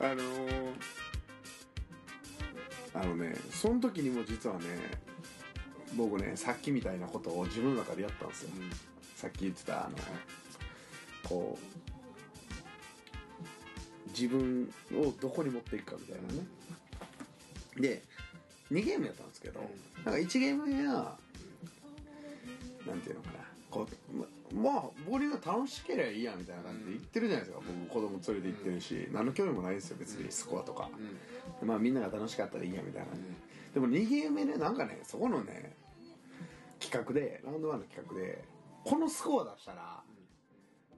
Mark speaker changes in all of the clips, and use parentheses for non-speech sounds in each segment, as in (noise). Speaker 1: あのーあのねその時にも実はね僕ねさっきみたいなことを自分の中でやったんですよ、さっき言ってたあのこう自分をどこに持っていくかみたいなねで2ゲームやったんですけど、なんか1ゲーム目はなんていうのかなこうままあボーリング楽しければいいやみたいな感じで言ってるじゃないですか、僕子供連れて行ってるし、何の興味もないですよ別にスコアとか、まあみんなが楽しかったらいいやみたいな感じ、でも2ゲーム目ねなんかねそこのね企画でラウンドワンの企画でこのスコア出したら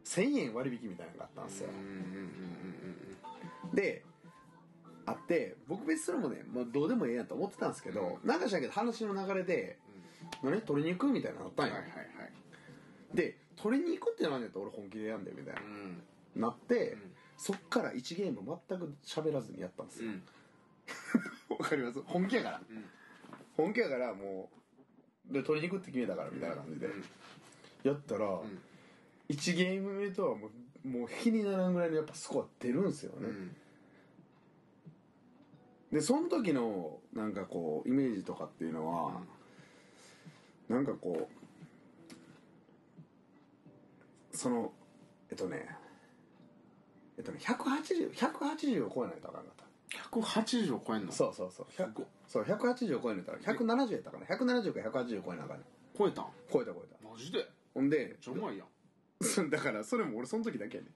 Speaker 1: 1000円割引みたいなのがあったんですよ、であって僕別にそれもね、まあ、どうでもええやんと思ってたんですけど、なんかしらんけど話の流れで、ね、取りに行くみたいなのあったん
Speaker 2: はい
Speaker 1: よ、
Speaker 2: はいはい
Speaker 1: で取りに行くってなんやったら俺本気でやんでみたいな、
Speaker 2: うん
Speaker 1: なって、
Speaker 2: ん
Speaker 1: そっから1ゲーム全く喋らずにやったんです
Speaker 2: う
Speaker 1: よ、
Speaker 2: ん
Speaker 1: わかります本気やから、
Speaker 2: ん
Speaker 1: 本気やからもうで取りに行くって決めたからみたいな感じで、やったら、
Speaker 2: ん
Speaker 1: 一1ゲーム目とはもうもう比にならんぐらいのやっぱスコア出るんですよね、
Speaker 2: うん
Speaker 1: でその時のなんかこうイメージとかっていうのは、なんかこうそのえっとねえっとね180 180を超えないとあかんかった
Speaker 2: 180を超えんの
Speaker 1: そうそうそう100そう180を超えるんやったら170やったかな170か180を超えなあかんねん
Speaker 2: 超えたん
Speaker 1: 超えた超えた
Speaker 2: マジで
Speaker 1: ほんで
Speaker 2: じゃうまいやん
Speaker 1: だからそれも俺その時だけやねん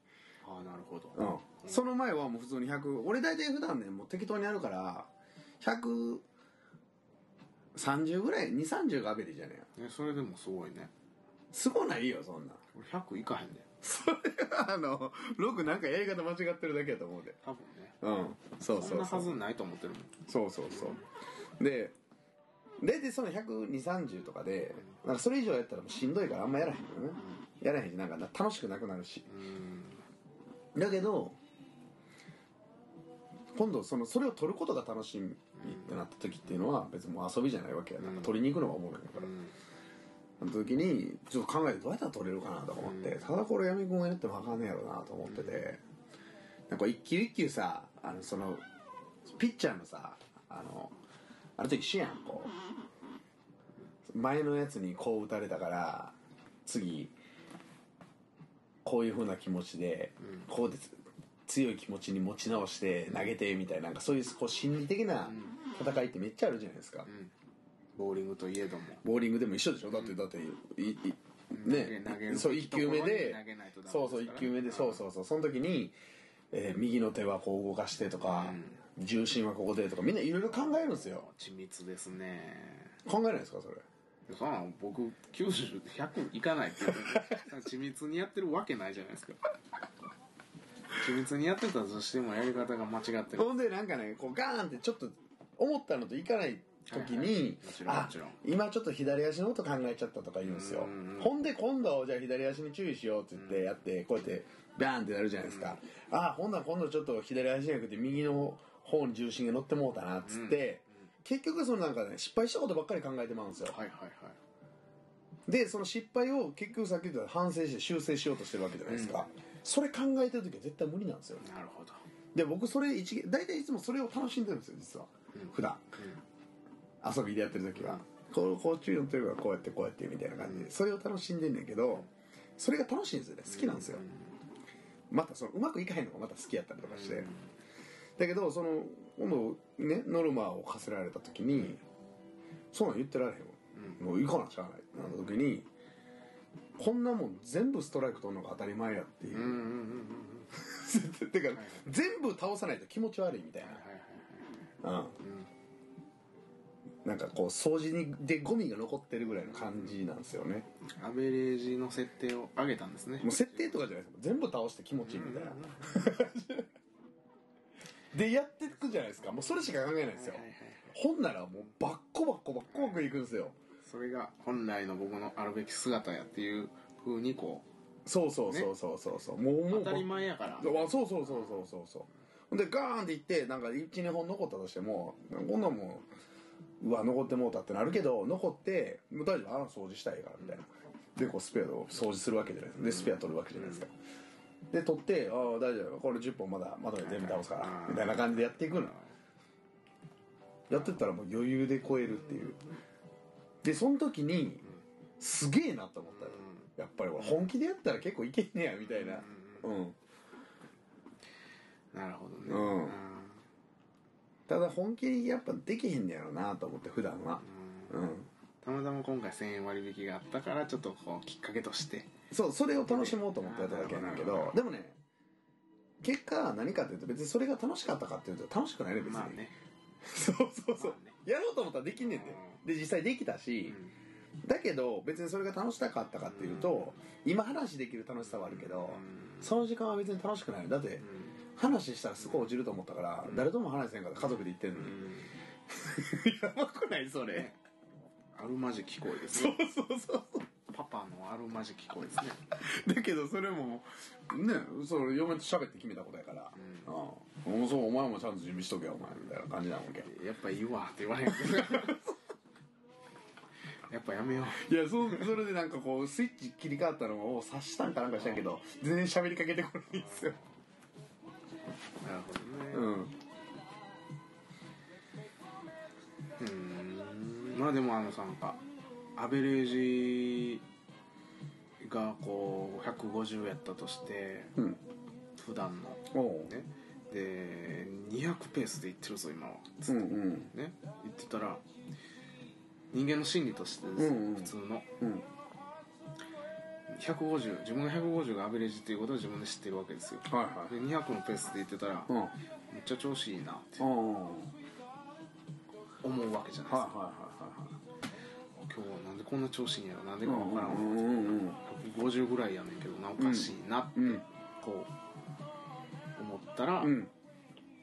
Speaker 2: ああなるほど
Speaker 1: うん、その前はもう普通に100俺大体普段ねもう適当にやるから130ぐらい230がアベリーじゃねえよ
Speaker 2: ねそれでもすごいね
Speaker 1: すごないよそんな
Speaker 2: 俺100いかへんで
Speaker 1: それ (laughs) はあのロクなんかやり方間違ってるだけやと思うで
Speaker 2: 多分ね
Speaker 1: うんそう
Speaker 2: そ
Speaker 1: そ
Speaker 2: ん
Speaker 1: う
Speaker 2: な
Speaker 1: そ
Speaker 2: は
Speaker 1: う
Speaker 2: ずないと思ってるもん
Speaker 1: そうそうそうで大体その12030とかでなんかそれ以上やったらもうしんどいからあんまやらへんよねやらへんしなんかな楽しくなくなるし
Speaker 2: うん
Speaker 1: だけど今度そのそれを取ることが楽しみってなった時っていうのは別にもう遊びじゃないわけやなんか取りに行くのが思ういだから、
Speaker 2: ん
Speaker 1: その時にちょっと考えてどうやったら取れるかなとか思って、ただこれ闇雲やってもあかんねやろなと思ってて、なんか一球一球さあのそのピッチャーのさあのあの時シやんこう前のやつにこう打たれたから次こういうふうな気持ちで、こうです強い気持ちに持ち直して投げてみたいななんかそういうこう心理的な戦いってめっちゃあるじゃないですか、
Speaker 2: ボーリングといえども
Speaker 1: ボーリングでも一緒でしょだってだっていいね
Speaker 2: 投げる
Speaker 1: そう1球目で
Speaker 2: 投げないとダメですからね
Speaker 1: そうそう1球目でそうそうそうその時に、えー右の手はこう動かしてとか、重心はここでとかみんないろいろ考えるんですよ
Speaker 2: 緻密ですね
Speaker 1: 考えないですかそれ
Speaker 2: そんなん僕90100いかないって言ってる緻密にやってるわけないじゃないですか緻密にやってたとしてもやり方が間違って
Speaker 1: (laughs)
Speaker 2: る
Speaker 1: ほんでなんかねこうガーンってちょっと思ったのといかない時に
Speaker 2: はいはいも
Speaker 1: あ
Speaker 2: ちろんもち
Speaker 1: 今ちょっと左足のこと考えちゃったとか言うんですよ
Speaker 2: うんうん
Speaker 1: ほんで今度じゃあ左足に注意しようって言ってやってこうやってバーンってなるじゃないですかあほんなら今度ちょっと左足じゃなくて右の方に重心が乗ってもうたなっつって結局そのなんかね失敗したことばっかり考えてまうんですよ
Speaker 2: はいはいはい
Speaker 1: でその失敗を結局さっき言った反省して修正しようとしてるわけじゃないですかそれ考えてる時は絶対無理なんですよ
Speaker 2: なるほど
Speaker 1: で僕それ一大体いつもそれを楽しんでるんですよ実は、普段、遊びでやってる時は、こうこう注意の時はこうやってこうやってみたいな感じで、それを楽しんでんねんけどそれが楽しいんですよね好きなんですよ、またそのうまくいかへんのがまた好きやったりとかして、だけどその今度ねノルマを課せられた時に、そんなん言ってられへんわ、もういかなしゃあないってなった時に、こんなもん全部ストライク取るのが当たり前やっていう、
Speaker 2: うんうんうんう
Speaker 1: (laughs)
Speaker 2: ん
Speaker 1: てか全部倒さないと気持ち悪いみたい
Speaker 2: はいはいはい
Speaker 1: な、うん、なんかこう掃除にでゴミが残ってるぐらいの感じなんですよね
Speaker 2: アベレージの設定を上げたんですね
Speaker 1: もう設定とかじゃないですもう全部倒して気持ちいいみたいな (laughs) でやってくじゃないですかもうそれしか考えないんですよ
Speaker 2: はいはいはい
Speaker 1: ほんならもうバッコバッコバッコバッコいくんですよ
Speaker 2: それが本来の僕のあるべき姿やっていうふうにこ
Speaker 1: そうそうそうそうそうそう、もうも
Speaker 2: う
Speaker 1: う
Speaker 2: 当たり前やから
Speaker 1: あそうそうそうそうそうそうほんでガーンっていってなんか12本残ったとしてもこんなんもううわ残ってもうたってなるけど残ってもう大丈夫あら掃除したいからみたいなでこうスペアを掃除するわけじゃないですかでスペア取るわけじゃないですかで取って「ああ大丈夫これ10本まだまだ全部倒すから」みたいな感じでやっていくのやってったらもう余裕で超えるっていうでその時にすげえなと思ったよやっぱり俺本気でやったら結構いけんねやみたいなうん
Speaker 2: なるほどね
Speaker 1: うんただ本気にやっぱできへんねやろなと思って普段はうん
Speaker 2: たまたま今回1000円割引があったからちょっとこうきっかけとして
Speaker 1: そうそれを楽しもうと思ってやっただけやねんけどでもね結果何かっていうと別にそれが楽しかったかっていうと楽しくないね別に、
Speaker 2: まあね
Speaker 1: (laughs) そうそうそうやろうと思ったらできんねんてで実際できたし、だけど別にそれが楽しかったかっていうと、今話できる楽しさはあるけど、その時間は別に楽しくないだって、話したらすごい落ちると思ったから、誰とも話せんから家族で行ってんのに、 (laughs) やばくないそれ
Speaker 2: あるまじき声です
Speaker 1: そう (laughs)
Speaker 2: ね
Speaker 1: そうそうそ
Speaker 2: パパのあるまじき声ですね
Speaker 1: うだけどそれもねそれ嫁と喋って決めたことやから「うん、うん、そうお前もちゃんと準備しとけよお前」みたいな感じなわけ
Speaker 2: やっぱいいわって言われへんけどやっぱやめよう
Speaker 1: いやそそれでなんかこうスイッチ切り替わったのを察したんかなんかしたけど全然喋りかけてこないんですよ
Speaker 2: なるほどね
Speaker 1: うん
Speaker 2: うーんまあでもあのさなんかアベレージがこう150やったとして
Speaker 1: うん
Speaker 2: 普段の
Speaker 1: おう
Speaker 2: ねで200ペースでいってるぞ今は
Speaker 1: うんうん
Speaker 2: ね言ってたら人間の心理としてですよ、
Speaker 1: うんうん
Speaker 2: 普通の
Speaker 1: うん
Speaker 2: 150自分が150がアベレージっていうことを自分で知ってるわけですよ
Speaker 1: はいは
Speaker 2: で200のペースで言ってたら、
Speaker 1: うん
Speaker 2: めっちゃ調子いいなって
Speaker 1: うんはい
Speaker 2: 思うわけじゃないですか、
Speaker 1: はい
Speaker 2: 今日はなんでこんな調子いいんやろなんで
Speaker 1: はい
Speaker 2: か
Speaker 1: はい
Speaker 2: 分からんわ、
Speaker 1: うんうんうんうん
Speaker 2: 150ぐらいやねんけどなおかしいなって、
Speaker 1: うん
Speaker 2: こう思ったら、
Speaker 1: うん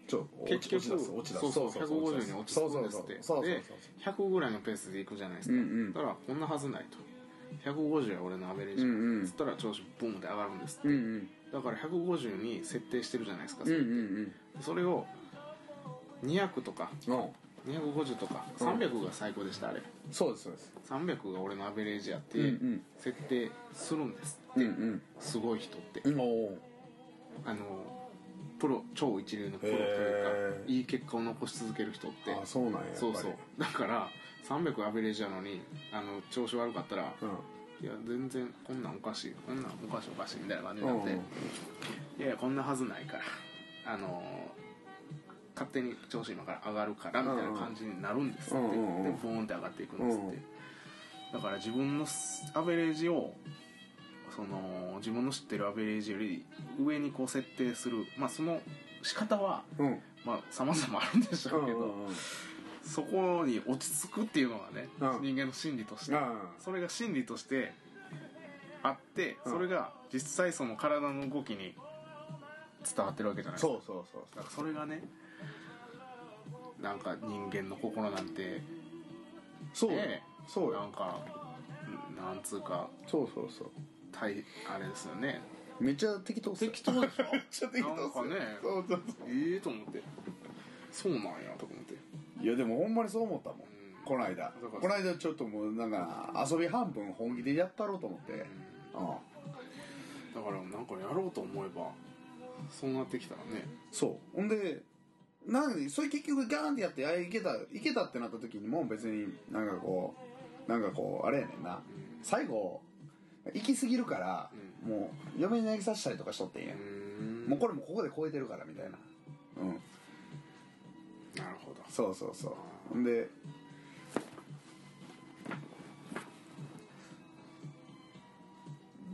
Speaker 1: ちょ
Speaker 2: 結局
Speaker 1: 落ち落ちだす
Speaker 2: そうそう
Speaker 1: 落ちだすそう
Speaker 2: 150に落ち着くんですって
Speaker 1: そうそうそうそう
Speaker 2: で100ぐらいのペースでいくじゃないですか、
Speaker 1: うんうん
Speaker 2: だからこんなはずないと150や俺のアベレージ、
Speaker 1: うんうん
Speaker 2: つったら調子ボンって上がるんですって、
Speaker 1: うんうん
Speaker 2: だから150に設定してるじゃないですか、
Speaker 1: うんうん
Speaker 2: それを200とか
Speaker 1: うんおう
Speaker 2: 250とか
Speaker 1: うん
Speaker 2: 300が最高でしたあれ
Speaker 1: そうですそうです
Speaker 2: 300が俺のアベレージやって
Speaker 1: うんうん
Speaker 2: 設定するんですっ
Speaker 1: う
Speaker 2: て、
Speaker 1: ん
Speaker 2: すごい人って、
Speaker 1: うんおう
Speaker 2: あのプロ超一流のプロというか、
Speaker 1: へー
Speaker 2: いい結果を残し続ける人って
Speaker 1: あそうなんややっぱり
Speaker 2: そうそうだから300アベレージなのにあの調子悪かったら、
Speaker 1: うん
Speaker 2: いや全然こんなんおかしいこんなんおかしいおかしいみたいな感じになって、
Speaker 1: うん
Speaker 2: いやいやこんなはずないからあのー勝手に調子今から上がるからみたいな感じになるんですって、
Speaker 1: うんうんうん
Speaker 2: でボーンって上がっていくんですって、
Speaker 1: うん
Speaker 2: だから自分のアベレージをその自分の知ってるアベレージより上にこう設定するまあその仕方は
Speaker 1: うん
Speaker 2: まあ様々あるんでしょうけど、
Speaker 1: うんうんうん
Speaker 2: そこに落ち着くっていうのがね、
Speaker 1: うん
Speaker 2: 人間の心理として、
Speaker 1: あ
Speaker 2: それが心理としてあって、
Speaker 1: うん
Speaker 2: それが実際その体の動きに伝わってるわけじゃな
Speaker 1: あ
Speaker 2: いです
Speaker 1: そう
Speaker 2: か
Speaker 1: そうそう
Speaker 2: だからそれがねなんか人間の心なんて
Speaker 1: そうよ
Speaker 2: ね
Speaker 1: そう
Speaker 2: な
Speaker 1: よ
Speaker 2: んかうんなんつうか
Speaker 1: そうそうそう
Speaker 2: たいあれですよね
Speaker 1: めっちゃ適当っすよ
Speaker 2: 適当でし
Speaker 1: (laughs)
Speaker 2: ょ
Speaker 1: めっちゃ適当っすよ
Speaker 2: なんかね
Speaker 1: そうそう
Speaker 2: ええと思ってそうなんやと思って
Speaker 1: そういやでもほんまにそう思ったもん、
Speaker 2: ん
Speaker 1: この間
Speaker 2: だから
Speaker 1: この間ちょっともうなんか遊び半分本気でやったろうと思って、うん
Speaker 2: だからなんかやろうと思えばそうなってきたらね
Speaker 1: そうほんでなんでそれ結局ガーンってやってあいけたいけたってなった時にもう別になんかこうなんかこうあれやねんな、最後行き過ぎるから、もう嫁に投げさせたりとかしとってんや、
Speaker 2: うん
Speaker 1: もうこれもここで超えてるからみたいなうん
Speaker 2: なるほど
Speaker 1: そうそうそうほんで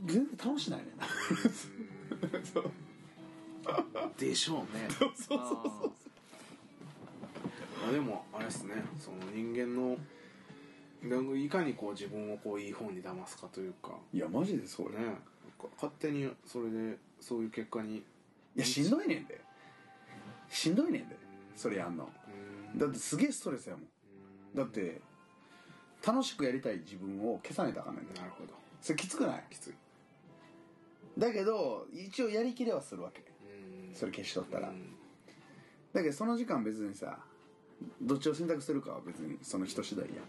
Speaker 1: 全然楽しないねんなそう
Speaker 2: でしょうね (laughs) そうそうそうあでもあれですねその人間のなんかいかにこう自分をこういい方に騙すかというか
Speaker 1: いやマジでそうよ
Speaker 2: ねか勝手にそれでそういう結果に
Speaker 1: いやしんどいねんでしんどいねんでそれやんのだってすげえストレスやもんだって楽しくやりたい自分を消さないとあかんねんで
Speaker 2: なるほど
Speaker 1: それきつくない
Speaker 2: きつい
Speaker 1: だけど一応やりきれはするわけ
Speaker 2: うん
Speaker 1: それ消しとったら、
Speaker 2: うん
Speaker 1: だけどその時間別にさどっちを選択するかは別にその人次第やん
Speaker 2: や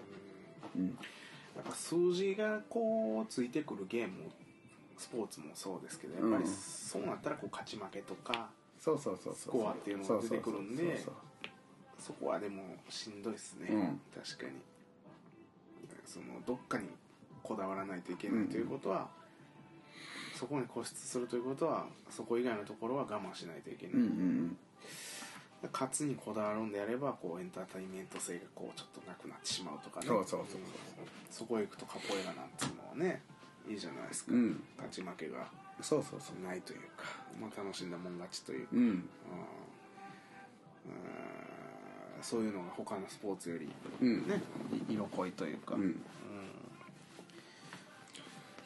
Speaker 2: っぱ数字がこうついてくるゲームスポーツもそうですけどや
Speaker 1: うん
Speaker 2: っぱりそうなったらこう勝ち負けとか
Speaker 1: そうそうそうそう
Speaker 2: スコアっていうのが出てくるんで
Speaker 1: そうそうそう
Speaker 2: そこはでもしんどいですね、
Speaker 1: うん
Speaker 2: 確かにそのどっかにこだわらないといけないということは、そこに固執するということはそこ以外のところは我慢しないといけない、
Speaker 1: そううんうん
Speaker 2: 勝つにこだわるんであればこうエンターテインメント性がこうちょっとなくなってしまうとかね
Speaker 1: そうそうそうそう
Speaker 2: そこへ行くとカポエラなんていうのはねいいじゃないですか、
Speaker 1: うん
Speaker 2: 勝ち負けが
Speaker 1: そうそうそう
Speaker 2: ないというか、まあ、楽しんだもん勝ちというか、
Speaker 1: うん
Speaker 2: うんうんそういうのが他のスポーツより、ね
Speaker 1: うん
Speaker 2: い色濃いというか、
Speaker 1: うんい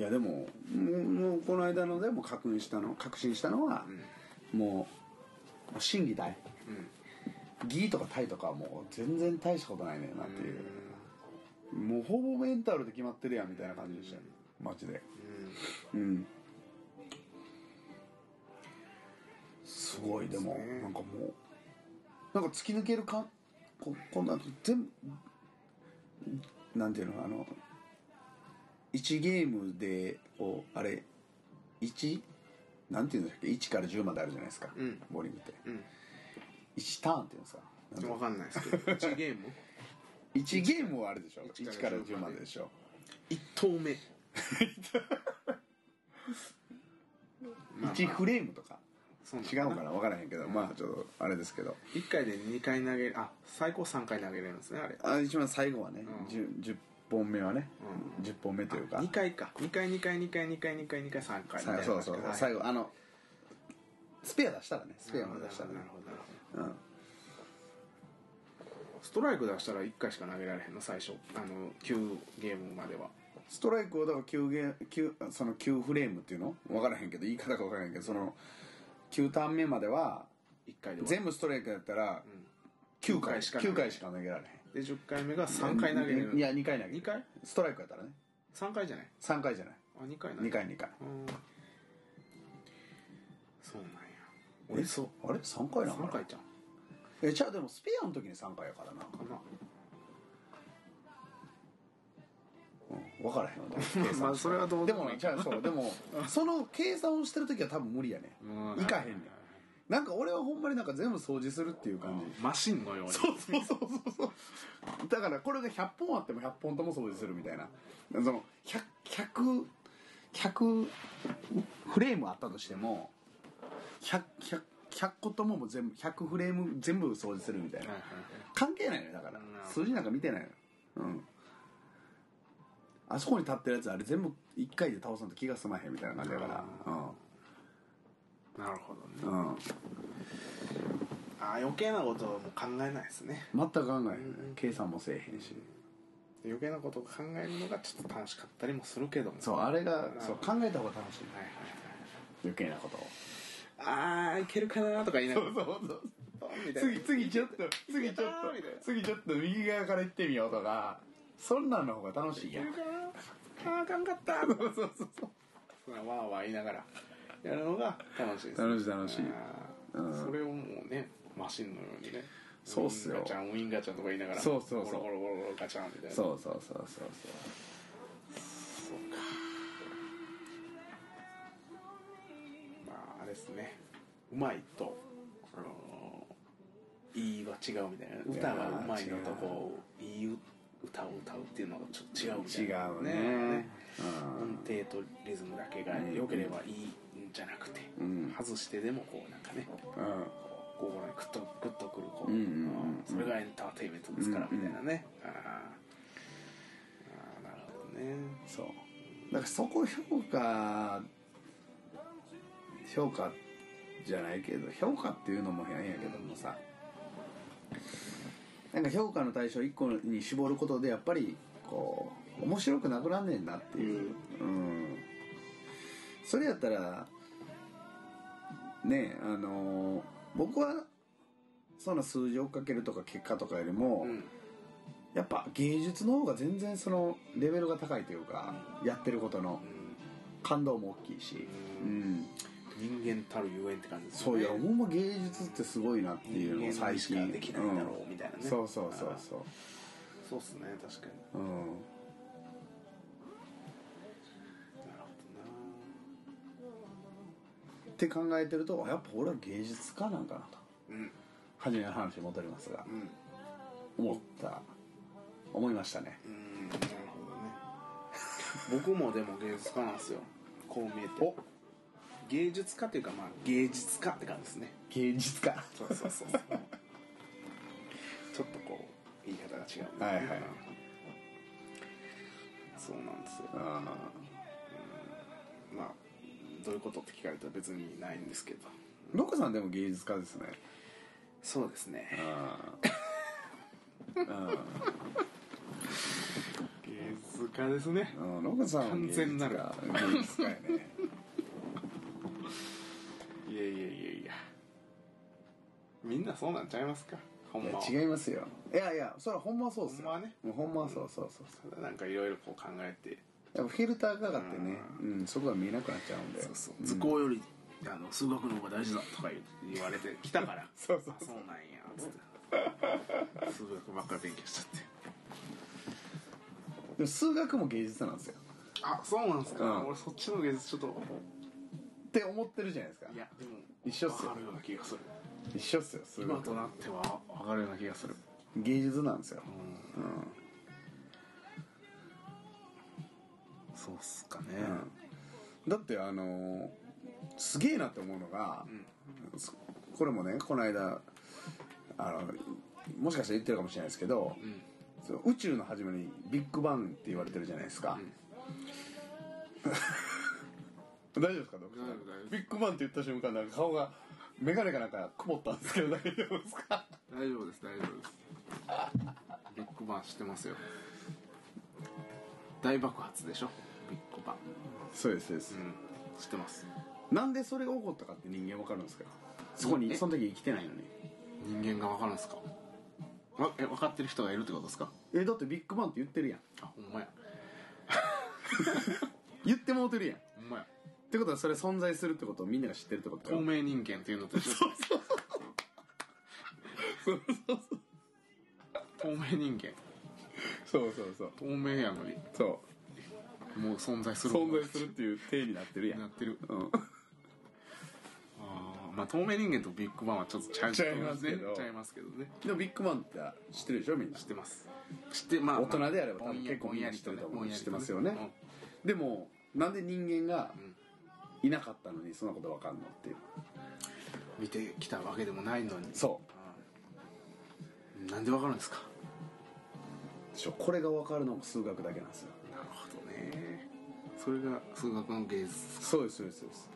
Speaker 1: やでももうもうこの間のでも確認したの確信したのは
Speaker 2: う、ん
Speaker 1: もうもう審議だい
Speaker 2: うん
Speaker 1: 義とかタイとかはもう全然大したことないねんなっていう、もうほぼメンタルで決まってるやんみたいな感じでしたよ、ねマジで
Speaker 2: うん
Speaker 1: うんすごいでも
Speaker 2: そうですね
Speaker 1: なんかもうなんか突き抜けるかここんな全部なんていうのあの1ゲームでこうあれ1なんていうんだっけ1から10まであるじゃないですか、
Speaker 2: うん
Speaker 1: ボウリングって
Speaker 2: うん
Speaker 1: 1ターンっていうんですかなんていう
Speaker 2: 分
Speaker 1: の
Speaker 2: かんないですけど1ゲー
Speaker 1: (laughs)
Speaker 2: ム
Speaker 1: 1ゲームはあるでしょ
Speaker 2: 一
Speaker 1: 1から10まででしょ
Speaker 2: 1投目まあまあ
Speaker 1: 1フレームとか
Speaker 2: そうな
Speaker 1: 違うの
Speaker 2: の
Speaker 1: か
Speaker 2: かな
Speaker 1: な分からへんけどまあちょっとあれですけど
Speaker 2: 1回で2回投げあ最高3回投げれるんですねあれ
Speaker 1: あ一番最後はね、
Speaker 2: うん
Speaker 1: 十十 10, 本目はね、
Speaker 2: うん
Speaker 1: 十10本目というか
Speaker 2: 2回か2回2回2回2回2回2回3回みたい
Speaker 1: さ
Speaker 2: な
Speaker 1: そうそう、
Speaker 2: はい
Speaker 1: 最後あのスペア出したらねスペア
Speaker 2: な
Speaker 1: も
Speaker 2: るほど
Speaker 1: 出したらね
Speaker 2: なるほどなるほど
Speaker 1: うん
Speaker 2: ストライク出したら1回しか投げられへんの最初あの9ゲームまでは
Speaker 1: ストライクをだから9ゲー九その9フレームっていうの分からへんけど言い方が分からへんけどその9ターン目までは
Speaker 2: 1回で終わ
Speaker 1: 全部ストライクだったら
Speaker 2: ん
Speaker 1: 9
Speaker 2: 9
Speaker 1: 回
Speaker 2: 回しか投げ
Speaker 1: 9回しか投げられへ
Speaker 2: るで10回目が
Speaker 1: ん
Speaker 2: 3回投げれる
Speaker 1: いや2回投げ
Speaker 2: 2回
Speaker 1: ストライクやったらね
Speaker 2: ?3 回じゃない
Speaker 1: 3回じゃない
Speaker 2: あ2回投げ
Speaker 1: 2回2回
Speaker 2: うんそうなんや俺そう
Speaker 1: あれ3回なの
Speaker 2: 3
Speaker 1: かな
Speaker 2: 回じゃん
Speaker 1: えじゃあでもスペアの時に3回やからな
Speaker 2: かな
Speaker 1: うん分からへんわ多分計算
Speaker 2: まあそれはどう
Speaker 1: でもねじゃあそうでもその計算をしてる時は多分無理やね
Speaker 2: うん
Speaker 1: いかへんねんなんか俺はほんまになんか全部掃除するっていう感じ
Speaker 2: マシンのように
Speaker 1: そうそうそうそうそうだからこれが100本あっても100本とも掃除するみたいなその 100, 100, 100フレームあったとしても 100, 100, 100個ともも全部100フレーム全部掃除するみたいな
Speaker 2: はいはいはい
Speaker 1: 関係ないのよだから
Speaker 2: うん
Speaker 1: 数字なんか見てないのようんあそこに立ってるやつあれ全部1回で倒さんと気が済まへんみたいな感じだから
Speaker 2: なるほどね
Speaker 1: うん、うん、
Speaker 2: あー余計なことはもう考えないですね
Speaker 1: 全く考えへんね
Speaker 2: うん
Speaker 1: 計算もせえへんし
Speaker 2: 余計なことを考えるのがちょっと楽しかったりもするけども
Speaker 1: そう
Speaker 2: は
Speaker 1: あれがそう考えた方が楽しい
Speaker 2: いはいはい
Speaker 1: 余計なことを
Speaker 2: あーいけるかなとか言いながら
Speaker 1: そうそう
Speaker 2: みたいな
Speaker 1: 次次ちょっと次ちょっと
Speaker 2: みたいな
Speaker 1: 次ちょっと右側から行ってみようとかそんなんの方が楽しいやん
Speaker 2: いけるかなあーあかんかったそうそうそうそうわーわー言いながらやるのが楽しいです
Speaker 1: 楽しい楽しい
Speaker 2: あー
Speaker 1: うん
Speaker 2: それをもうねマシンのようにね
Speaker 1: そうっすよ
Speaker 2: ウィンガチャンウィンガチャンとか言いながら
Speaker 1: そうそうそう
Speaker 2: ゴロゴロゴロゴロガチャンみたいな
Speaker 1: そうそうそうそうそう
Speaker 2: そうかまああれですねうまいとあのいいは違うみたいな歌がうまいのとこういい歌を歌うっていうのがちょっと違う
Speaker 1: 違
Speaker 2: みたいな
Speaker 1: うね
Speaker 2: 音程とリズムだけが良ければいいんじゃなくて、
Speaker 1: うん
Speaker 2: 外してでもこうなんかね
Speaker 1: うんうん
Speaker 2: 心にグッとグッとくるこう、
Speaker 1: うんうんうん
Speaker 2: あーそれがエンターテインメントですから
Speaker 1: うん
Speaker 2: み
Speaker 1: うん
Speaker 2: たいなね、あーあーなるほどね
Speaker 1: そうだからそこ評価評価じゃないけど評価っていうのも変やけどもさなんか評価の対象1個に絞ることでやっぱりこう面白くなくなんねんなっていう、うん、それやったらねえあのー僕はその数字追っかけるとか結果とかよりも、
Speaker 2: うん
Speaker 1: やっぱ芸術の方が全然そのレベルが高いというか、やってることの感動も大きいし、う
Speaker 2: うん
Speaker 1: ん、
Speaker 2: 人間たるゆえんって感じです
Speaker 1: そういやほんま芸術ってすごいなっていうのを
Speaker 2: 人間
Speaker 1: 最
Speaker 2: にし
Speaker 1: 近
Speaker 2: かできないんだろう、みたいな
Speaker 1: うん
Speaker 2: ね
Speaker 1: そうそうそうそ
Speaker 2: そうっすね確かに
Speaker 1: ううん
Speaker 2: なるほどな
Speaker 1: って考えてるとあやっぱ俺は芸術家なんかなと
Speaker 2: うん
Speaker 1: 初めの話に戻りますが
Speaker 2: うん
Speaker 1: 思った思いましたね
Speaker 2: うんなるほどね僕もでも芸術家なんですよこう見えて芸術家っていうかまあ芸術家って感じですね
Speaker 1: 芸術家
Speaker 2: そうそうそうそうちょっとこう言い方が違うんだよね
Speaker 1: はいはい
Speaker 2: そうなんですよ
Speaker 1: あ
Speaker 2: まあどういうことって聞かれたら別にないんですけど
Speaker 1: ーロコさんでも芸術家ですね
Speaker 2: そうですね
Speaker 1: ああ
Speaker 2: 芸術家ですね
Speaker 1: ロコさんは芸術家
Speaker 2: 完全なる
Speaker 1: 芸術家やね
Speaker 2: いやいやいやいやみんなそうなんちゃいますかほんまはい
Speaker 1: や違いますよいやいやそれはほんまそうっすよ
Speaker 2: ほんまはね
Speaker 1: もうほんまはそうそうそうそう
Speaker 2: ただなんかいろいろこう考えて
Speaker 1: やっぱフィルターがかかってね、うん、そこが見えなくなっちゃうんで
Speaker 2: そうそう図工より、あの数学の方が大事だとか言う言われてきたから
Speaker 1: そうそう
Speaker 2: あ (laughs) そうなんやつって数学ばっかり勉強しちゃって
Speaker 1: でも数学も芸術なんですよ
Speaker 2: あそうなんですか、
Speaker 1: うん
Speaker 2: 俺そっちの芸術ちょっと
Speaker 1: って思ってるじゃないですか
Speaker 2: いやでも
Speaker 1: 一緒っすよ
Speaker 2: わかるような気がする
Speaker 1: 一緒っすよ数
Speaker 2: 今
Speaker 1: 学
Speaker 2: となっては分かるような気がする
Speaker 1: 芸術なんですよ
Speaker 2: うん
Speaker 1: うん
Speaker 2: そうっすかね
Speaker 1: だってあのーすげえなって思うのが、そこれもねこの間あのもしかしたら言ってるかもしれないですけど、
Speaker 2: ん
Speaker 1: その宇宙の始まりビッグバンって言われてるじゃないですか、大丈夫ですかドクター
Speaker 2: 大丈夫大丈夫
Speaker 1: ビッグバンって言った瞬間なんか顔が眼鏡かなんか曇ったんですけど大丈夫ですか
Speaker 2: 大丈夫です大丈夫ですビッグバン知ってますよ大爆発でしょビッグバン
Speaker 1: そうですそうです
Speaker 2: う、ん知ってます
Speaker 1: なんでそれが起こったかって人間わかるんですかそこに
Speaker 2: え
Speaker 1: その時生きてないのに
Speaker 2: 人間が分かるんですかわえ分かってる人がいるってことですか
Speaker 1: えだってビッグバンって言ってるやん
Speaker 2: あほんまや
Speaker 1: 言ってもうてるやんっ
Speaker 2: ほんまや
Speaker 1: てことはそれ存在するってことをみんなが知ってるってこと
Speaker 2: 透
Speaker 1: よ
Speaker 2: 明人間っていうのと一緒そうそうそう透明人間
Speaker 1: そうそうそう
Speaker 2: 透明やのに
Speaker 1: そ
Speaker 2: もう存在す
Speaker 1: う
Speaker 2: る
Speaker 1: 存在するっていう体になってるやん
Speaker 2: なってる
Speaker 1: うん
Speaker 2: あーまあ透明人間とビッグバンはちょっとちゃう
Speaker 1: ちゃいますけど
Speaker 2: ちゃいますけどね
Speaker 1: でもビッグバンって知ってるでしょみんな
Speaker 2: 知ってます知ってまあ
Speaker 1: 大人であれば
Speaker 2: ぼん
Speaker 1: 多
Speaker 2: や
Speaker 1: 分結構みんな知ってると思う
Speaker 2: ぼんやり
Speaker 1: 知ってますよね
Speaker 2: うん
Speaker 1: でもなんで人間が
Speaker 2: ん
Speaker 1: いなかったのにそんなことわかんのっていう
Speaker 2: 見てきたわけでもないのに
Speaker 1: そ
Speaker 2: うんなんでわかるんですか
Speaker 1: うでしょこれがわかるのも数学だけなんですよ
Speaker 2: なるほどねそれが数学の芸術
Speaker 1: そうですそうですそうです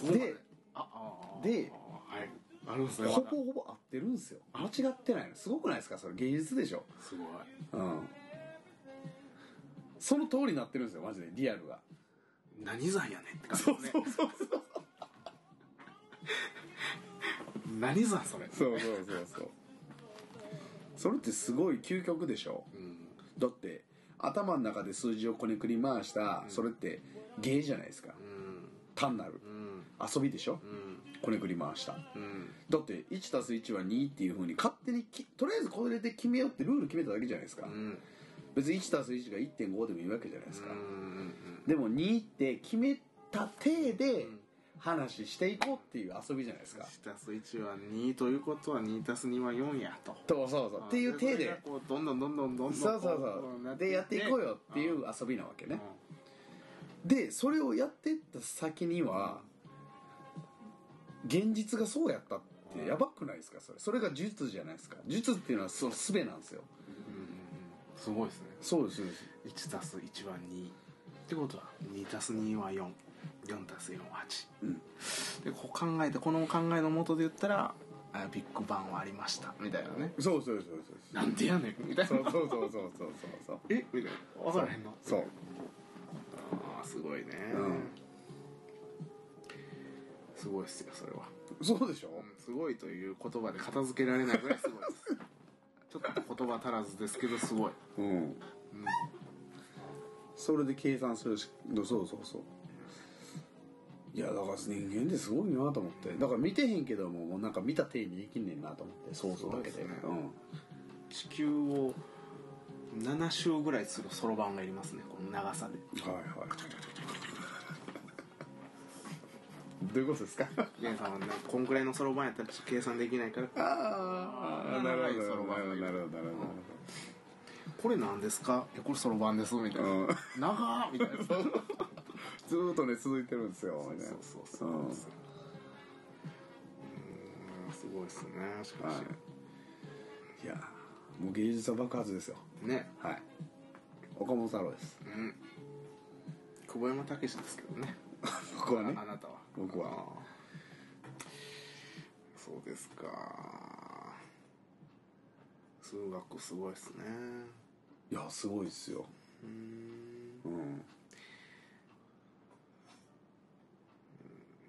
Speaker 2: ここま
Speaker 1: で
Speaker 2: あああ
Speaker 1: で
Speaker 2: あはいあるんですね
Speaker 1: ほ
Speaker 2: まだ
Speaker 1: ぼほぼ合ってるんですよ間違ってないのすごくないですかそれ芸術でしょ
Speaker 2: すごい
Speaker 1: うんその通りになってるんですよマジでリアルが
Speaker 2: 何罪やねんって感じですね
Speaker 1: うそうそう
Speaker 2: 何罪それ
Speaker 1: そうそうそうそうそれってすごい究極でしょ
Speaker 2: うん
Speaker 1: だって頭の中で数字をこねくり回した、それって芸じゃないですか
Speaker 2: うん
Speaker 1: 単なる
Speaker 2: うん
Speaker 1: 遊びでしょ
Speaker 2: うん
Speaker 1: こねくり回した
Speaker 2: うん
Speaker 1: だって1たす1は2っていうふうに勝手にきとりあえずこれで決めようってルール決めただけじゃないですか、
Speaker 2: うん
Speaker 1: 別に1たす1が1.5でもいいわけじゃないですか、
Speaker 2: うん
Speaker 1: でも2って決めた体で話していこうっていう遊びじゃないですか、
Speaker 2: 1たす1は2ということは2たす2は4やと
Speaker 1: そうそうそうっていう体
Speaker 2: それが
Speaker 1: で
Speaker 2: こうどんどんどんどんどんどん
Speaker 1: そうそう
Speaker 2: こ
Speaker 1: そう
Speaker 2: な
Speaker 1: でやっていこうよっていう遊びなわけねでそれをやってった先には現実がそうやったってやばくないですかそれそれが呪術じゃないですか呪術っていうのはその術なんですよ
Speaker 2: うんうんうんすごいですね
Speaker 1: そうですそうです
Speaker 2: 1たす1は2ってことは2たす2は44たす4は8、
Speaker 1: うん
Speaker 2: でこう考えてこの考えのもとで言ったらあビッグバンはありましたみたいなね
Speaker 1: そうそうそうそうそう
Speaker 2: なんでやねんみたい
Speaker 1: そう
Speaker 2: な
Speaker 1: そうそうそうそうそう
Speaker 2: えみたいな分からへんの
Speaker 1: そう
Speaker 2: ああすごいね、
Speaker 1: うん
Speaker 2: すごいっすよそれは、
Speaker 1: そうそうでしょ
Speaker 2: うん、すごいという言葉で片付けられないぐらいすごいで
Speaker 1: (laughs)
Speaker 2: すちょっと言葉足らずですけどすごい
Speaker 1: うんそれで計算するしそうそうそういやだから人間ってすごいなと思ってだから見てへんけどももうなんか見た体にできんねんなと思って想像だけ
Speaker 2: そう
Speaker 1: で
Speaker 2: ですね
Speaker 1: うん
Speaker 2: 地球を7周ぐらいするそろばんがいりますねこの長さで
Speaker 1: はいはいどういうことです
Speaker 2: (laughs)
Speaker 1: か
Speaker 2: 皆さんはねこんくらいのそろばんやったらちょっと計算できないから
Speaker 1: あ
Speaker 2: ーなるほどなるほどなる
Speaker 1: どなる
Speaker 2: これなんですかいやこれそろばんですみたいな、
Speaker 1: うん
Speaker 2: 長っみたいなそう
Speaker 1: ずーっとね続いてるんですよ
Speaker 2: そうそうそう、
Speaker 1: うん
Speaker 2: うーんすごいですねしかし、
Speaker 1: はいいやーもう芸術は爆発ですよ
Speaker 2: ね
Speaker 1: はい岡本太郎です
Speaker 2: うん久保山武史ですけどね
Speaker 1: ここはね
Speaker 2: ああなたは
Speaker 1: 僕は
Speaker 2: あーそうですか数学すごいですね
Speaker 1: いやすごいですよ
Speaker 2: うーん
Speaker 1: うん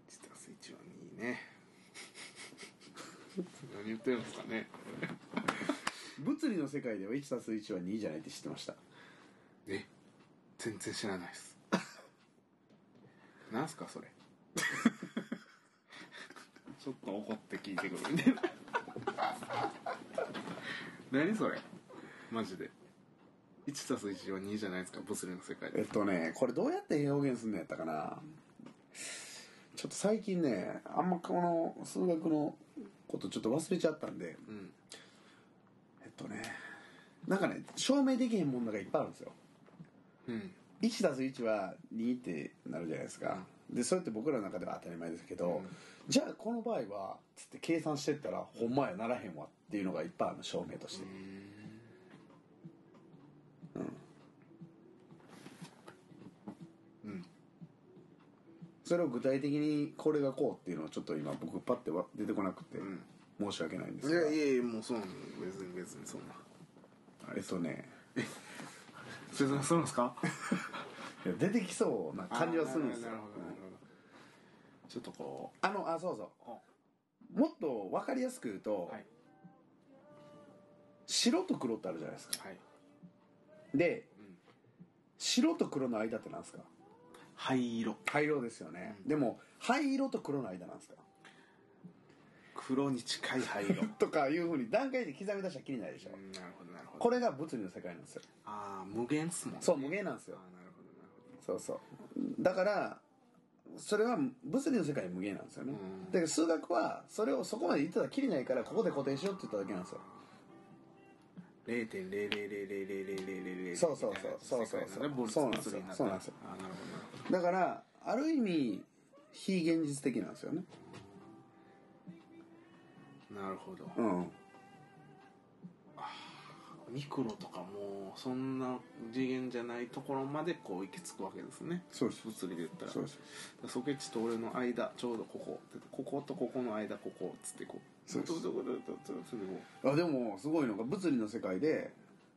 Speaker 2: 1たす1は2ね (laughs) 何言ってるんですかね
Speaker 1: 物理の世界では 1+1 は2じゃないって知ってました
Speaker 2: え全然知らないです (laughs) なんすかそれ (laughs) ちょっと怒って聞いてくるみたいな (laughs) 何それマジで1たす1は2じゃないですか物理の世界
Speaker 1: えっ
Speaker 2: で
Speaker 1: とねこれどうやって表現すんのやったかなちょっと最近ねあんまこの数学のことちょっと忘れちゃったんで
Speaker 2: うん
Speaker 1: えっとねなんかね証明できへんもんなんかいっぱいあるんですよ
Speaker 2: うん
Speaker 1: 1たす1は2ってなるじゃないですか、でそれって僕らの中では当たり前ですけど、
Speaker 2: うん
Speaker 1: じゃあこの場合はつって計算してったらほんまやならへんわっていうのがいっぱいあるの証明として、
Speaker 2: うん
Speaker 1: それを具体的にこれがこうっていうのはちょっと今僕パッてわ出てこなくて
Speaker 2: ん
Speaker 1: 申し訳ないんで
Speaker 2: い
Speaker 1: すが、
Speaker 2: やいやいやもうそうなの別に別にそんな
Speaker 1: えっとね
Speaker 2: それそうなんですか
Speaker 1: いや出てきそうな感じはするんですよ
Speaker 2: なるほどなるほどちょっとこ
Speaker 1: あのあそうそうもっと分かりやすく言うと、
Speaker 2: はい
Speaker 1: 白と黒ってあるじゃないですか
Speaker 2: うはい
Speaker 1: で、
Speaker 2: うん
Speaker 1: 白と黒の間ってなんですか
Speaker 2: 灰色
Speaker 1: 灰色ですよね、でも灰色と黒の間なんですか
Speaker 2: 黒に近い灰色
Speaker 1: とか (laughs) いうふうに段階で刻み出したらきりないでしょ、
Speaker 2: うんなるほどなるほど
Speaker 1: これが物理の世界なんですよ
Speaker 2: ああ無限っすもんね
Speaker 1: そう無限なんです
Speaker 2: あ
Speaker 1: よ
Speaker 2: あなるほどなるほ
Speaker 1: そうそうだからそれは物理の世界は無限なんですよね、
Speaker 2: うん
Speaker 1: だけど数学はそれをそこまで言ってたらきりないからここで固定しようって言っただけなんですよ
Speaker 2: ど0.0000000
Speaker 1: そうそうそうそうそうそうそうなんですよそうなんですよ
Speaker 2: ああなるほどなるほど
Speaker 1: だからある意味非現実的なんですよね
Speaker 2: なるほど
Speaker 1: うん
Speaker 2: ミクロとかもうそんな次元じゃないところまでこう行き着くわけですね
Speaker 1: そうです
Speaker 2: 物理で言ったら
Speaker 1: そうです
Speaker 2: ソケッチと俺の間ちょうどこここことここの間ここっつってこう
Speaker 1: そうです
Speaker 2: どこどこどこどこどこ
Speaker 1: あでもすごいのが物理の世界で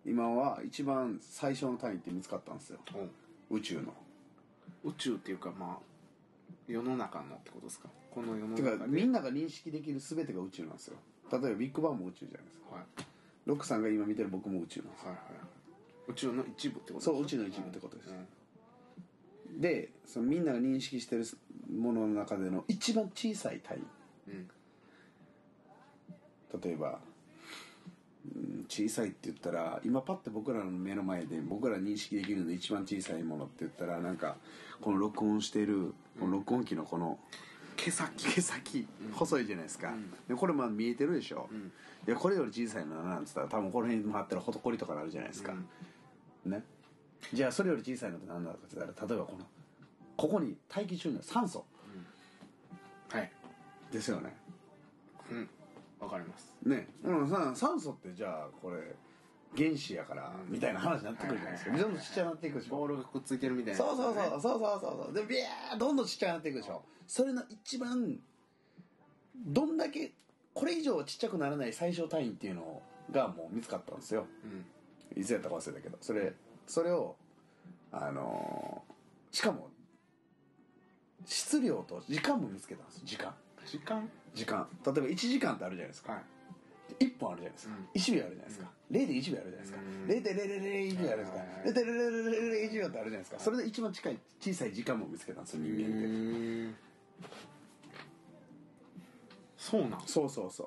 Speaker 1: 今は一番最小の単位って見つかったんですよ
Speaker 2: どこ
Speaker 1: 宇宙の
Speaker 2: 宇宙っていうかまあ世の中のってことですかこの世の
Speaker 1: てか
Speaker 2: 中で
Speaker 1: みんなが認識できる全てが宇宙なんですよ例えばビッグバンも宇宙じゃないですか
Speaker 2: はい
Speaker 1: ロックさんが今見てる僕も宇宙なんですよ
Speaker 2: はいはい宇宙の一部ってこと
Speaker 1: そう宇宙の一部ってことですでそのみんなが認識してるものの中での一番小さい単位
Speaker 2: うんうん
Speaker 1: 例えばうん小さいって言ったら今パッて僕らの目の前で僕ら認識できるので一番小さいものって言ったらなんかこの録音しているこの録音機のこの
Speaker 2: 毛先
Speaker 1: 毛先細いじゃないですか、
Speaker 2: ん
Speaker 1: でこれまあ見えてるでしょ、
Speaker 2: ん
Speaker 1: いやこれより小さいのはなんつったら多分この辺に回ってるほとこりとかあるじゃないですか、ねじゃあそれより小さいのって何だろうって言ったら例えばこのここに大気中の酸素
Speaker 2: はい
Speaker 1: ですよね
Speaker 2: うんわかります
Speaker 1: ねうんさ酸素ってじゃあこれ原子やからみたいな話になってくるじゃないですか
Speaker 2: はい
Speaker 1: どんどんちっちゃくなっていくでしょ
Speaker 2: ボールがくっついてるみたいな
Speaker 1: そうそうそうそうそうそうそうでビャーどんどんちっちゃくなっていくでしょそれの一番どんだけこれ以上ちっちゃくならない最小単位っていうのがもう見つかったんですよ
Speaker 2: うん
Speaker 1: いつやったか忘れたけどそれそれをあのーしかも質量と時間も見つけたんです時間
Speaker 2: 時間
Speaker 1: 時間例えば1時間ってあるじゃないですか
Speaker 2: はい
Speaker 1: 1本あるじゃないですか、
Speaker 2: うん
Speaker 1: 1秒あるじゃないですか、0.1秒あるじゃないですか、
Speaker 2: うん
Speaker 1: 0.0001秒あるじゃないですか0.0001秒ってあるじゃないですかそれで一番近い小さい時間も見つけたんですよ人間って
Speaker 2: そうなん
Speaker 1: そうそうそう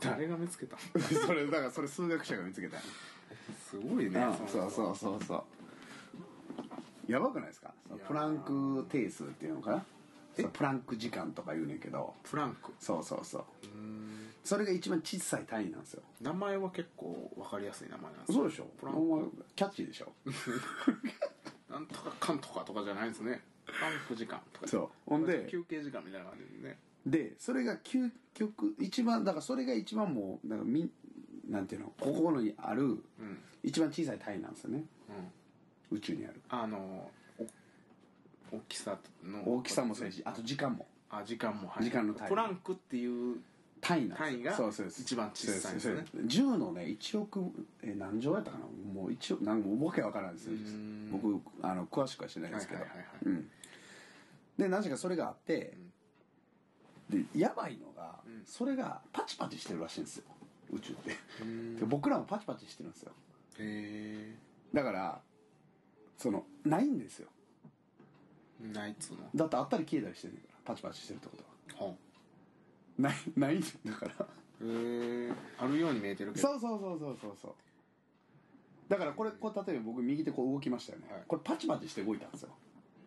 Speaker 2: 誰が見つけた
Speaker 1: (laughs) それだからそれ数学者が見つけたんや
Speaker 2: すごいね
Speaker 1: うんそうそうそうそうやばくないですかその
Speaker 2: いやー
Speaker 1: プランク定数っていうのかなそうプランク時間とか言うねんけど
Speaker 2: プランク
Speaker 1: そうそうそうそれが一番小さい単位なんですよ
Speaker 2: 名前は結構わかりやすい名前なんですね
Speaker 1: そうでしょ
Speaker 2: プラン
Speaker 1: お前キャッチーでしょ
Speaker 2: なんとかかんとかとかじゃないんですねプランク時間と
Speaker 1: (laughs)
Speaker 2: か
Speaker 1: そうほんで
Speaker 2: 休憩時間みたいな感じでね
Speaker 1: でそれが究極一番だからそれが一番もうなんかみんなんていうの心にある
Speaker 2: うん
Speaker 1: 一番小さい単位なんですよね
Speaker 2: うん
Speaker 1: 宇宙にある
Speaker 2: あのお大きさの
Speaker 1: 大きさもそうやしあと時間も
Speaker 2: あ時間もはい
Speaker 1: 時間の単位
Speaker 2: プランクっていう
Speaker 1: 単位なんです
Speaker 2: 単位が
Speaker 1: そうそうそう
Speaker 2: 一番小さいんですね
Speaker 1: そうそうそう10のね1億え何乗やったかなもう1億なんかもうわけわからんですよ
Speaker 2: うん
Speaker 1: 僕あの詳しくは知らないですけど
Speaker 2: はいはいはいはい
Speaker 1: うんでなぜかそれがあって、でやばいのが、
Speaker 2: うん
Speaker 1: それがパチパチしてるらしいんですよ宇宙って
Speaker 2: うん
Speaker 1: で僕らもパチパチしてるんですよ
Speaker 2: へ
Speaker 1: だからそのないんですよ
Speaker 2: えナイツの
Speaker 1: だってあったり消えたりしてるからパチパチしてるってことは
Speaker 2: 本
Speaker 1: ないないんだから
Speaker 2: へえあるように見えてるけど
Speaker 1: そうそうそうそうそうそうだからこれこう例えば僕右手こう動きましたよね、
Speaker 2: はい
Speaker 1: これパチパチして動いたんですよ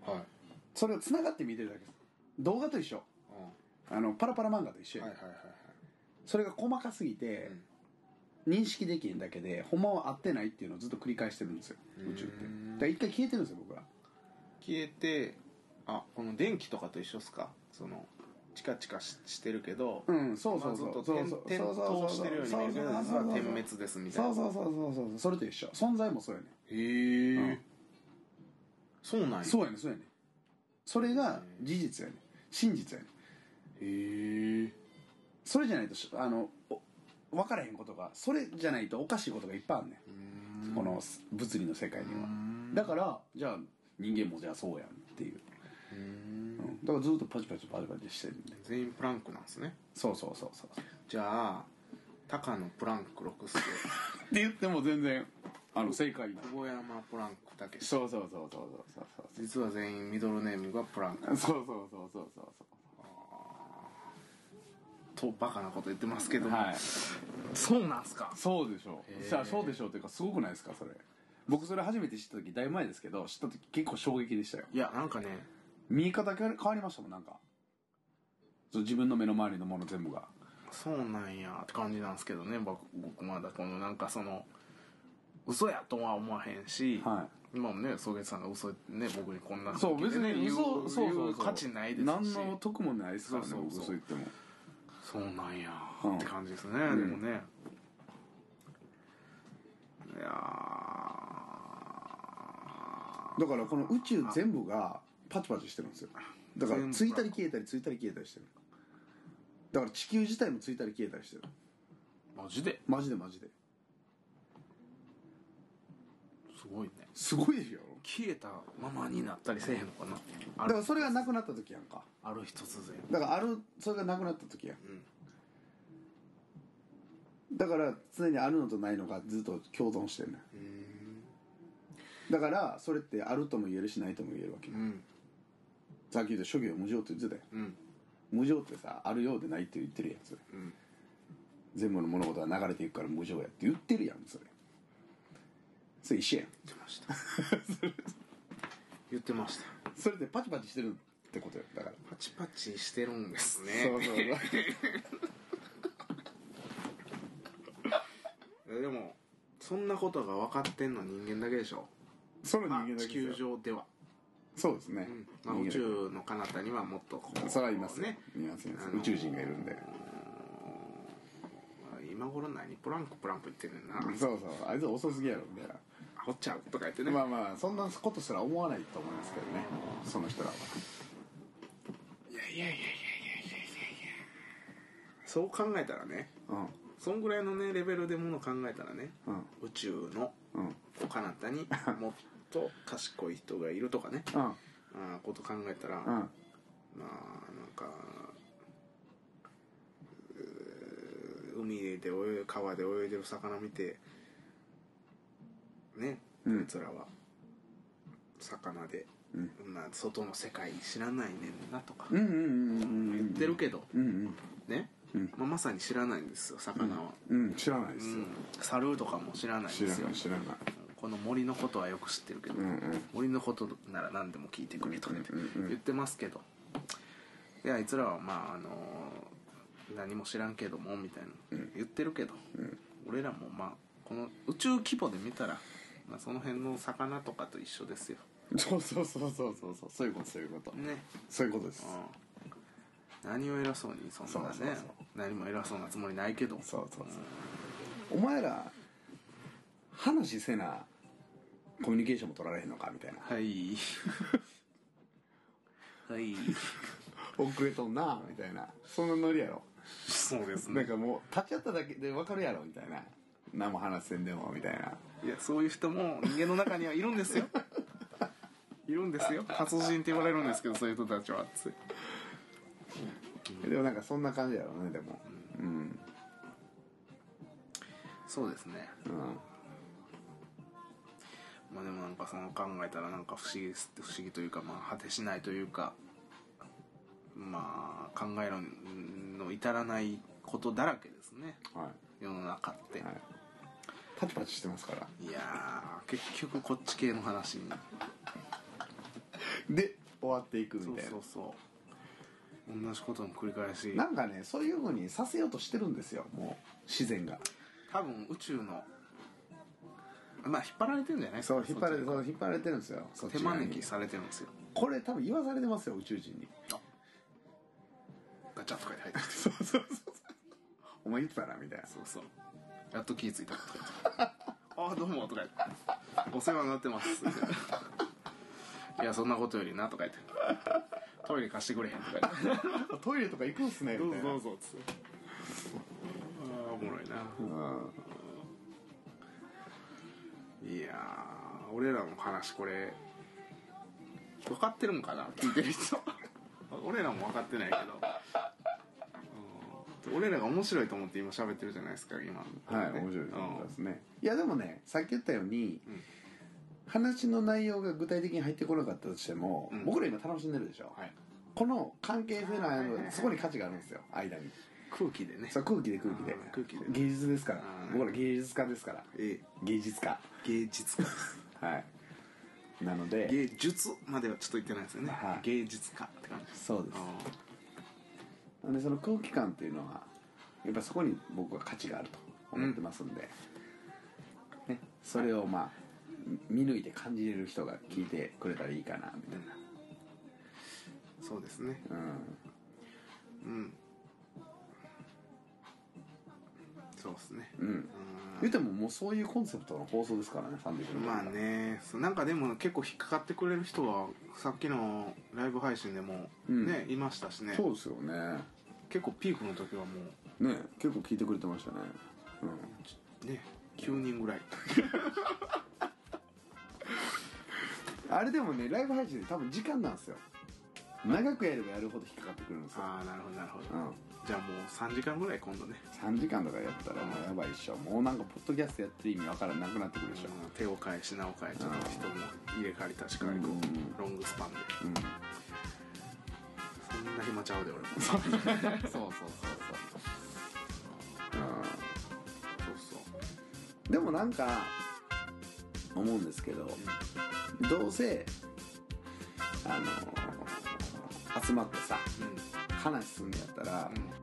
Speaker 2: はい、うん
Speaker 1: それを繋がって見てるだけです動画と一緒
Speaker 2: は
Speaker 1: あのパラパラ漫画と一緒
Speaker 2: い
Speaker 1: や
Speaker 2: はい
Speaker 1: ね、
Speaker 2: はいはい
Speaker 1: それが細かすぎて、認識できへんだけでほんまは合ってないっていうのをずっと繰り返してるんですよ宇宙って
Speaker 2: うーん
Speaker 1: だから一回消えてるんですよ僕ら
Speaker 2: 消えてあこの電気とかと一緒っすかそのチカチカししてるけど、
Speaker 1: うんそうそうそう
Speaker 2: ま
Speaker 1: そ
Speaker 2: あ
Speaker 1: う
Speaker 2: ずっ
Speaker 1: そう
Speaker 2: と点
Speaker 1: そう
Speaker 2: 点灯してるように見えるけど
Speaker 1: そうそう
Speaker 2: 実
Speaker 1: そう
Speaker 2: は点滅ですみたい
Speaker 1: そ
Speaker 2: な
Speaker 1: うそうそうそうそうそうそれと一緒存在もそうよね
Speaker 2: へえ、
Speaker 1: うん
Speaker 2: そうなんや
Speaker 1: そうやねそうやねそれが事実やね真実やね
Speaker 2: へえ
Speaker 1: それじゃないとしあのお分からへんことがそれじゃないとおかしいことがいっぱいあるね、ん、このす物理の世界にはだからじゃあ人間もじゃあそうやんっていう、うん、だからずっとパチパチパチパチしてるんで
Speaker 2: 全員プランクなんですね
Speaker 1: そうそうそうそうっ
Speaker 2: じゃあ高野プランク六助
Speaker 1: て言っても全然あの正解ない
Speaker 2: 久保山プランクたけし
Speaker 1: そうそうそうそうそうそうそう
Speaker 2: 実は全員ミドルネームがプランク
Speaker 1: そうそうそうそうそうそ
Speaker 2: とバカなこと言ってますけど
Speaker 1: う
Speaker 2: も、
Speaker 1: はい
Speaker 2: そうなんすか
Speaker 1: そうでしょうさあそうでしょうっていうかすごくないですかそれ僕それ初めて知った時だいぶ前ですけど知った時結構衝撃でしたよ
Speaker 2: いやなんかね
Speaker 1: 見え方変わり変わりましたもんなんかそう自分の目の周りのもの全部が
Speaker 2: そうなんやって感じなんですけどね僕僕まだこのなんかその嘘やとは思わへんし、
Speaker 1: は
Speaker 2: 今もね草月さんが嘘ね僕にこんな
Speaker 1: そう
Speaker 2: 時
Speaker 1: 別
Speaker 2: でね
Speaker 1: に
Speaker 2: 言う
Speaker 1: 嘘そう
Speaker 2: 言
Speaker 1: そうそう
Speaker 2: 価値ないですし
Speaker 1: 何の得もないですからね
Speaker 2: そうそう
Speaker 1: 僕
Speaker 2: そう
Speaker 1: そう言っても
Speaker 2: そうなんや
Speaker 1: うん
Speaker 2: って感じですね、でもねいや
Speaker 1: だからこの宇宙全部がパチパチしてるんですよだから
Speaker 2: 全部
Speaker 1: ついたり消えたりついたり消えたりしてるだから地球自体もついたり消えたりしてる
Speaker 2: ーマジで
Speaker 1: マジでマジです
Speaker 2: ごいね
Speaker 1: すごいでしょ
Speaker 2: 消えたままになったりせえへんのかなあ
Speaker 1: だか
Speaker 2: る
Speaker 1: らそれがなくなった時やんか
Speaker 2: ある日突然
Speaker 1: だからあるそれがなくなった時やん
Speaker 2: うん
Speaker 1: だから常にあるのとないのがずっと共存してるねだからそれってあるとも言えるしないとも言えるわけ
Speaker 2: う、ん
Speaker 1: さっき言った諸行無常って言ってたよ
Speaker 2: うん
Speaker 1: 無常ってさあるようでないって言ってるやつ
Speaker 2: うん
Speaker 1: 全部の物事は流れていくから無常やって言ってるやんそれそれ一緒やん
Speaker 2: 言ってました言ってま
Speaker 1: (laughs)
Speaker 2: した
Speaker 1: それでパチパチしてるってことよだから
Speaker 2: パチパチしてるんですね
Speaker 1: そうそう
Speaker 2: いやでもそんなことが分かってんの人間だけでしょ
Speaker 1: その人
Speaker 2: ま
Speaker 1: 間
Speaker 2: あ
Speaker 1: だ
Speaker 2: 地
Speaker 1: けで
Speaker 2: 球
Speaker 1: すよ
Speaker 2: 上では、
Speaker 1: そうですね
Speaker 2: うん、ま
Speaker 1: 人間
Speaker 2: あ、宇
Speaker 1: だけ
Speaker 2: 宙の彼方にはもっとこう
Speaker 1: それはいますね
Speaker 2: ね
Speaker 1: いますいます
Speaker 2: あのー
Speaker 1: 宇宙人がいるんで
Speaker 2: まあ今頃何プランクプランク言ってるな
Speaker 1: (laughs) そうそうあいつ遅すぎやろみたいな
Speaker 2: 掘っちゃうとか言ってね、
Speaker 1: まあまあそんなことすら思わないと思いますけどねその人らはい
Speaker 2: やいやいやいやいやいやいやいやそう考えたらね
Speaker 1: う
Speaker 2: そんぐらいのねレベルでもの考えたらね、
Speaker 1: んうん
Speaker 2: 宇宙の
Speaker 1: うん
Speaker 2: 彼方にもっと賢い人がいるとかね
Speaker 1: うん
Speaker 2: あーこと考えたら、
Speaker 1: うん
Speaker 2: まあなんかうー海で泳い川で泳いでる魚見てね
Speaker 1: うん
Speaker 2: こいつらは魚で、
Speaker 1: うん
Speaker 2: まあ、外の世界知らないねんなとか
Speaker 1: うんうんうんうん
Speaker 2: 言ってるけど、
Speaker 1: うんうん
Speaker 2: ね、
Speaker 1: うん
Speaker 2: まあ、まさに知らないんですよ魚は、
Speaker 1: うん知らないです
Speaker 2: う
Speaker 1: よ、
Speaker 2: ん、猿とかも知らないん
Speaker 1: 知
Speaker 2: で
Speaker 1: ら
Speaker 2: すよ
Speaker 1: ない知らない
Speaker 2: この森のことはよく知ってるけど、
Speaker 1: うんうん
Speaker 2: 森のことなら何でも聞いてくれとか言って言ってますけど、であいつらはまああの何も知らんけどもみたいな言ってるけど、俺らもまあこの宇宙規模で見たら、まあ、その辺の魚とかと一緒ですよ
Speaker 1: そうそうそうそうそうそうそういうことそういうこと
Speaker 2: ね
Speaker 1: そういうことです
Speaker 2: うん何を偉そうにそんなね
Speaker 1: そうそうそう
Speaker 2: 何も偉そうなつもりないけど
Speaker 1: そうそうそうお前ら話せなコミュニケーションも取られへんのかみたいな
Speaker 2: はい (laughs) はい
Speaker 1: 遅れとんなみたいなそんなノリやろ
Speaker 2: そうです
Speaker 1: なんかもう立ち会っただけで分かるやろみたいな何も話せんでもみたいない
Speaker 2: やそういう人も人間の中にはいるんですよいるんですよ活人って言われるんですけどそういう人たちはつい
Speaker 1: でもなんかそんな感じやろねでもうん
Speaker 2: そうですね
Speaker 1: うん
Speaker 2: まあでもなんかその考えたらなんか不思議です不思議というかまあ果てしないというかまあ考えるの至らないことだらけですね
Speaker 1: は
Speaker 2: 世の中って、
Speaker 1: いはいパチパチしてますから
Speaker 2: い、やー結局こっち系の話に
Speaker 1: で終わっていくみ
Speaker 2: そう
Speaker 1: たいな
Speaker 2: そうそう同じことの繰り返し
Speaker 1: なんかねそういうふうにさせようとしてるんですよもう自然が
Speaker 2: 多分宇宙のまあ引っ張られてるんじゃない
Speaker 1: そう引っ張られて
Speaker 2: そっ
Speaker 1: そう引っ張られてるんですよそっ
Speaker 2: ち手
Speaker 1: ち側に
Speaker 2: 招きされてるんですよ
Speaker 1: これ多分言わされてますよ宇宙人に
Speaker 2: ガチャとかで入ってきて
Speaker 1: そうそうそうお前言ってたなみたいな
Speaker 2: そうそうやっと気ぃ付いた (laughs) とか言って「ああどうも」とか言って「お世話になって (laughs) ます」みたいな「いやそんなことよりな」とか言って「トイレ貸してくれへん」とか言って
Speaker 1: トイレとか行くんすね
Speaker 2: 「ど
Speaker 1: み
Speaker 2: う
Speaker 1: たい
Speaker 2: ぞ
Speaker 1: な
Speaker 2: どうぞ」っつって (laughs) ああおもろいなうんいやー俺らの話これ分かってるんかな聞いてる人 (laughs) 俺らも分かってないけどうん俺らが面白いと思って今喋ってるじゃないですか今
Speaker 1: はい面白いですねいやでもねさっき言ったように、
Speaker 2: ん
Speaker 1: 話の内容が具体的に入ってこなかったとしても、
Speaker 2: うん
Speaker 1: 僕ら今楽しんでるでしょ、
Speaker 2: うんはい
Speaker 1: この関係性のあ
Speaker 2: はいはいは
Speaker 1: の
Speaker 2: い
Speaker 1: そこに価値があるんですよ間に
Speaker 2: 空気でね
Speaker 1: そう空気で空気で
Speaker 2: あー空気で
Speaker 1: 芸術ですから
Speaker 2: あー
Speaker 1: 僕ら芸術家ですから
Speaker 2: え
Speaker 1: 芸術家
Speaker 2: え芸術家です
Speaker 1: はいなので
Speaker 2: 芸術まではちょっと言ってないですよね、
Speaker 1: はい
Speaker 2: 芸術家って感じです
Speaker 1: そうですなんでその空気感っていうのはやっぱそこに僕は価値があると思ってますんで、ね、それをまあ見抜いて感じれる人が聞いてくれたらいいかなみたい
Speaker 2: そうですね
Speaker 1: な、うん、
Speaker 2: うんそうですね
Speaker 1: うん言ってももうそういうコンセプトの放送ですからね30分
Speaker 2: まあねそうなんかでも結構引っかかってくれる人はさっきのライブ配信でも
Speaker 1: うん
Speaker 2: ね、いましたしね
Speaker 1: そうですよね
Speaker 2: 結構ピークの時はも
Speaker 1: ね結構聞いてくれてましたねうん
Speaker 2: うね9人ぐらい
Speaker 1: あれでもねライブ配信で多分時間なんですよ長くやればやるほど引っかかってくるんですよ、
Speaker 2: ああなるほどなるほど
Speaker 1: うん、
Speaker 2: じゃあもう3時間ぐらい今度ね
Speaker 1: 3時間とかやったらもうやばいっしょもうなんかポッドキャストやってる意味わからなくなってくるでしょ、
Speaker 2: うん手を変え品を変えちょっと人も入れ替わり立ち替わりこうロングスパンで
Speaker 1: うん、
Speaker 2: そんな暇ちゃうで俺もそう
Speaker 1: そうそうそうそう、
Speaker 2: そう
Speaker 1: うん、でもなんか思うんですけど、どうせあの集まってさ
Speaker 2: うん
Speaker 1: 話すんやったら、
Speaker 2: うん